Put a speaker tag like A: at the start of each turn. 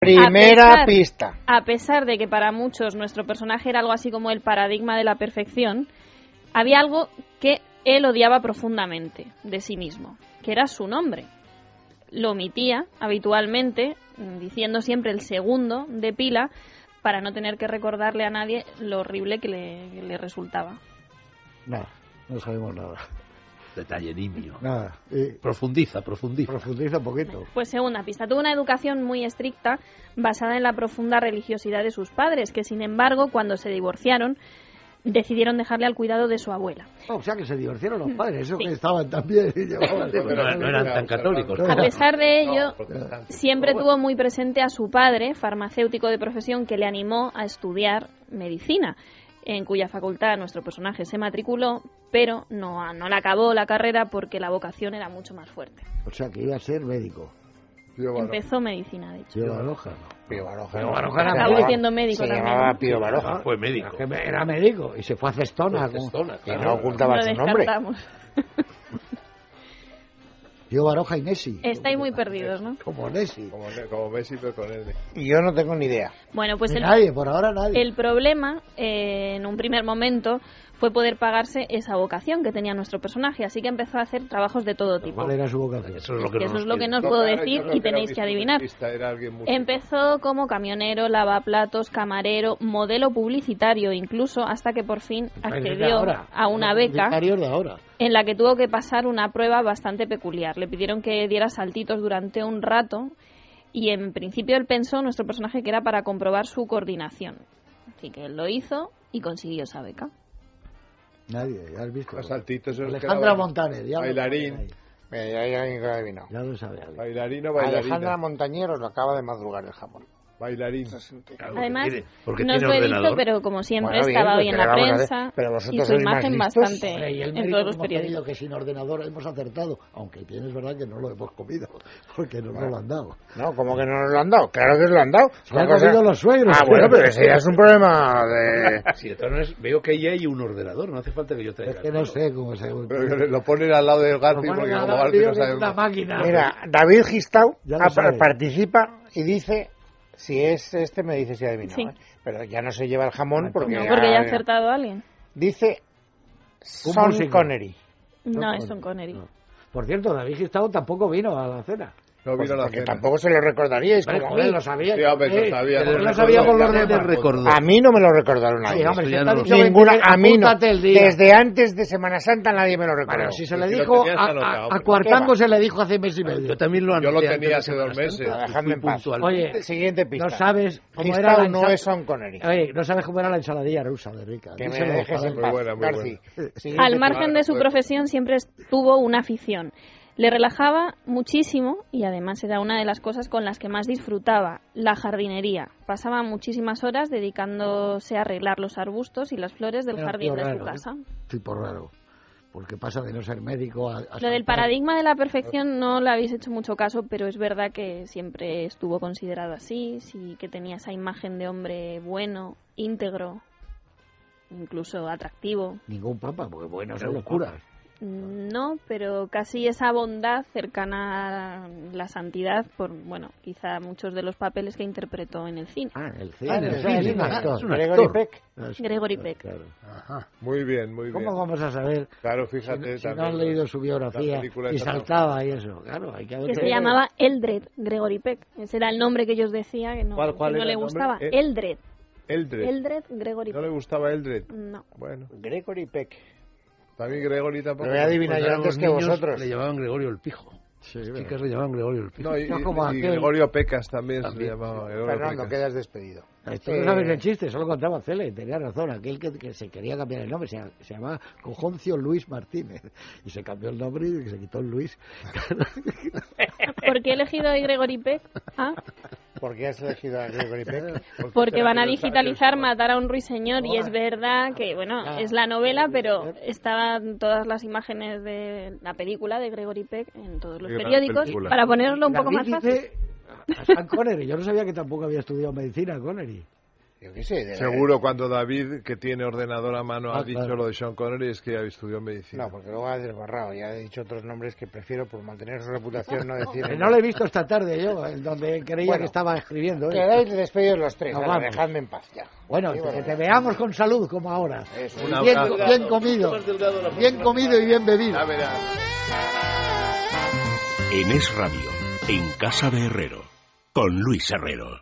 A: Primera
B: a pesar-
A: pista.
B: A pesar de que para muchos nuestro personaje era algo así como el paradigma de la perfección, había algo que él odiaba profundamente de sí mismo, que era su nombre. Lo omitía habitualmente, mm, diciendo siempre el segundo de pila, para no tener que recordarle a nadie lo horrible que le, que le resultaba.
A: Nada, no sabemos nada.
C: Detalle nimio.
A: Nada. Eh,
C: Profundiza, profundiza.
A: profundiza un poquito.
B: Pues segunda pista, tuvo una educación muy estricta basada en la profunda religiosidad de sus padres, que sin embargo cuando se divorciaron decidieron dejarle al cuidado de su abuela.
A: o sea que se divorcieron los padres, eso
B: Sí.
A: que estaban también. y llevaban-
C: Porque no, no eran tan católicos.
A: No,
B: A
A: Claro.
B: pesar de ello,
D: protestantes.
B: siempre
D: Pero bueno,
B: tuvo muy presente a su padre, farmacéutico de profesión, que le animó a estudiar medicina, en cuya facultad nuestro personaje se matriculó, pero no, a- no la acabó la carrera porque la vocación era mucho más fuerte.
A: O sea que iba a ser médico.
D: Pío Baroja.
B: Empezó medicina, de hecho.
A: Pío Baroja, ¿no?
E: Pío Baroja.
A: Pío Baroja era
B: Acabó
A: médico.
B: siendo médico
E: Se
B: también.
E: llamaba
B: ¿no?
E: Pío Baroja.
C: Fue médico.
E: Era que Era médico y se fue a Cestona.
C: Fue a Cestona,
E: que
C: claro.
E: no ocultaba
B: Lo
E: su nombre.
B: descartamos.
A: Tío Baroja y Nessi.
B: Estáis muy perdidos, ¿no?
A: Como Nessi.
D: Como, ne- como Messi, pero con él.
E: Y yo no tengo ni idea.
B: Bueno, pues el,
A: Nadie, por ahora nadie.
B: El problema, eh, en un primer momento, fue poder pagarse esa vocación que tenía nuestro personaje, así que empezó a hacer trabajos de todo tipo.
A: ¿Cuál era su vocación?
C: Eso es lo que,
B: Eso
C: no
B: es
C: nos
B: lo que
C: piden.
B: no os
D: No,
B: puedo
D: claro, yo
B: decir
D: creo
B: y
D: que era
B: tenéis
D: un
B: que adivinar.
D: instrumentista, era alguien muy-
B: Empezó como camionero, lavaplatos, camarero, modelo publicitario incluso, hasta que por fin
C: Ah,
B: accedió a una beca
A: Becarios de ahora.
B: en la que tuvo que pasar una prueba bastante peculiar. Le pidieron que diera saltitos durante un rato y en principio él pensó, nuestro personaje, que era para comprobar su coordinación. Así que él lo hizo y consiguió esa
C: Ah,
B: beca.
A: Nadie, ya has visto.
D: Los saltitos esos que
A: Alejandra
D: daban.
A: Montaner, ya lo
D: Bailarín.
A: sabe ahí,
E: Mira, Eh, ya hay alguien que lo adivinó.
A: Ya lo sabe. alguien.
D: Bailarino,
E: Alejandra
D: bailarina.
E: Montañero lo acaba de madrugar el jamón.
D: Bailarín.
C: Claro, porque
B: Además,
C: tiene- porque
B: no os
C: tiene
B: lo he
C: ordenador.
B: visto, pero como siempre
E: Bueno, bien,
B: estaba
E: pues,
B: hoy en
E: pero
B: la
E: vamos a ver,
B: prensa
E: pero
B: y
E: vosotros
B: su
E: sois más
B: imagen
E: listos.
B: bastante
A: Hombre, y el
B: en
A: mérito que
B: todos los
A: hemos tenido
B: periódicos.
A: que sin ordenador hemos acertado, aunque tienes verdad que no lo hemos comido, porque no nos lo han dado.
E: No, como que no nos lo han dado. Claro que os lo han dado. Es
A: Lo
E: una
A: han
E: cosa-
A: comido los suegros.
E: Ah, bueno, pero ese ya es un problema de...
C: Ah, Sí, de todas maneras, veo que ahí hay un ordenador, no hace falta que yo traiga.
A: Es que no sé cómo se...
D: Pero que lo ponen al lado del Garfi
A: Lo
D: porque
A: mandan
D: como
A: a dar
D: Garfi no
A: tío de una
D: sabemos.
A: máquina.
E: Mira, David Gistau
A: Ya lo
E: ah,
A: sabe.
E: participa y dice... Si es este, me dice si adivino.
B: Sí.
E: ¿eh? Pero ya no se lleva el jamón porque,
B: No, porque ya ha
E: ya-
B: acertado a alguien.
E: Dice
A: Un
E: Sean
A: músico.
E: Connery.
B: No,
A: con-
B: es un Connery.
A: no. Por cierto, David Gistau tampoco vino a la cena.
D: No vino la
E: Pues, Porque
D: cena.
E: tampoco se lo recordaríais.
A: Pero,
E: como
A: joder,
E: él.
A: lo sabía.
D: Sí, hombre, lo
A: Eh,
D: sabía,
A: pero
D: lo
A: lo
D: recordó.
A: sabía por los
D: Ya
A: demás.
D: me
C: recordó.
E: A mí no me lo recordaron
A: Sí,
E: nadie.
A: hombre,
C: Esto
A: se
C: ya
A: está
C: no lo-
A: diciendo
E: Ninguna,
A: veinte,
E: a mí no.
A: apúntate el día.
E: Desde antes de Semana Santa nadie me lo recordó.
A: Bueno, si se
D: Si
A: le
D: lo
A: dijo
D: tenías
A: a,
D: anotado,
A: a, a
D: pero-
A: Cuartango
E: ¿Qué va?
A: se le dijo hace mes y medio.
C: Yo también lo anoté.
D: Yo lo
C: antes
D: tenía
C: de
D: hace dos
C: Semana
D: meses.
C: Santa,
E: Dejadme
C: fui
E: en paz.
C: puntual.
A: Oye,
E: Siguiente pista.
A: No sabes cómo
E: Gistau
A: era la
E: no
A: ensa-
E: es Sean Connery.
A: Oye, no sabes cómo era la ensaladilla rusa de rica.
E: Que me
A: Díselo,
E: dejes
A: joder.
E: en
D: Muy
E: paz,
D: buena, muy
E: Garci. Siguiente
B: Al
E: pista.
B: margen de su
D: Claro,
B: profesión siempre tuvo una afición. Le relajaba muchísimo y además era una de las cosas con las que más disfrutaba, la jardinería. Pasaba muchísimas horas dedicándose a arreglar los arbustos y las flores del
A: Era un
B: jardín
A: tío
B: de su
A: raro,
B: casa.
A: ¿eh? Tipo raro. Porque pasa de no ser médico a. a
B: Lo del
A: saltar.
B: paradigma de la perfección no le habéis hecho mucho caso, pero es verdad que siempre estuvo considerado así, sí que tenía esa imagen de hombre bueno, íntegro, incluso atractivo.
A: Ningún papa, porque bueno, son
C: Ningún
A: los curas.
B: No, pero casi esa bondad cercana a la santidad por, bueno, quizá muchos de los papeles que interpretó en el cine.
A: Ah, el cine.
E: Ah, en el
A: es
E: cine,
A: un
E: ah,
A: actor.
C: es un actor.
E: Gregory Peck.
A: Es-
B: Gregory Peck.
A: Claro. Ajá.
D: Muy bien, muy bien.
A: ¿Cómo vamos a saber
D: Claro,
A: si, no-
D: fíjate.
A: si no
D: también.
A: has leído su
D: La
A: biografía
D: película
A: y
D: esa no.
A: saltaba y eso? Claro, hay que
B: Que
A: ver.
B: se llamaba Eldred Gregory Peck. Ese era el nombre que ellos decía que no,
D: ¿Cuál- cuál
B: que no
D: era
B: le
D: el nombre?
B: gustaba.
D: Eh,
B: Eldred.
D: Eldred.
B: Eldred Gregory
D: No le
B: Peck.
D: gustaba Eldred.
B: No.
D: Bueno,
E: Gregory Peck.
D: también Gregory
E: Lo
D: tampoco.
E: voy a adivinar
C: Cuando
E: yo
C: éramos
E: antes que
C: Pues niños,
E: vosotros.
C: Le llamaban Gregorio el Pijo.
A: Sí,
C: Las
A: verdad.
C: chicas le llamaban Gregorio el Pijo.
D: No, y,
A: No, como
D: y- y
A: aquel-
D: Gregorio Pecas también,
C: También,
D: se llamaba. Gregorio
E: Fernando,
D: Pecas.
E: quedas despedido. Eh,
A: Esto no sabes el chiste, solo contaba Cele, tenía razón. Aquel que, que se quería cambiar el nombre se, se llamaba Cojoncio Luis Martínez. Y se cambió el nombre y se quitó el Luis.
B: ¿Por qué he elegido hoy Gregory Peck? Ah,
E: ¿Por qué has elegido a Gregory Peck?
B: porque van a digitalizar Matar a un ruiseñor y es verdad que, bueno,
A: Ya.
B: es la novela, pero estaban todas las imágenes de la película de Gregory Peck en todos los
D: Gran
B: periódicos
D: película.
B: para ponerlo un
A: David
B: poco más fácil.
A: dice a Sean Connery. Yo no sabía que tampoco había estudiado medicina Connery.
E: Yo qué sé. de-
D: Seguro cuando David, que tiene ordenador a mano,
A: Ah,
D: ha dicho
A: claro.
D: lo de Sean Connery es que ya estudió medicina.
E: No, porque luego ha desbarrado. Ya he dicho otros nombres que prefiero por mantener su reputación no decir.
A: Que no lo he visto esta tarde yo, en donde creía
E: Bueno.
A: que estaba escribiendo. ¿eh?
E: Quedáis despedidos los tres.
A: No,
E: ala,
A: vamos.
E: dejadme en paz ya.
A: Bueno,
E: Sí,
A: que te veamos con salud como ahora.
E: Eso.
D: Un
A: Bien,
D: abrazo.
A: bien comido. Bien comido y bien bebido.
D: Ya verás.
F: En Es Radio, en Casa de Herrero, con Luis Herrero.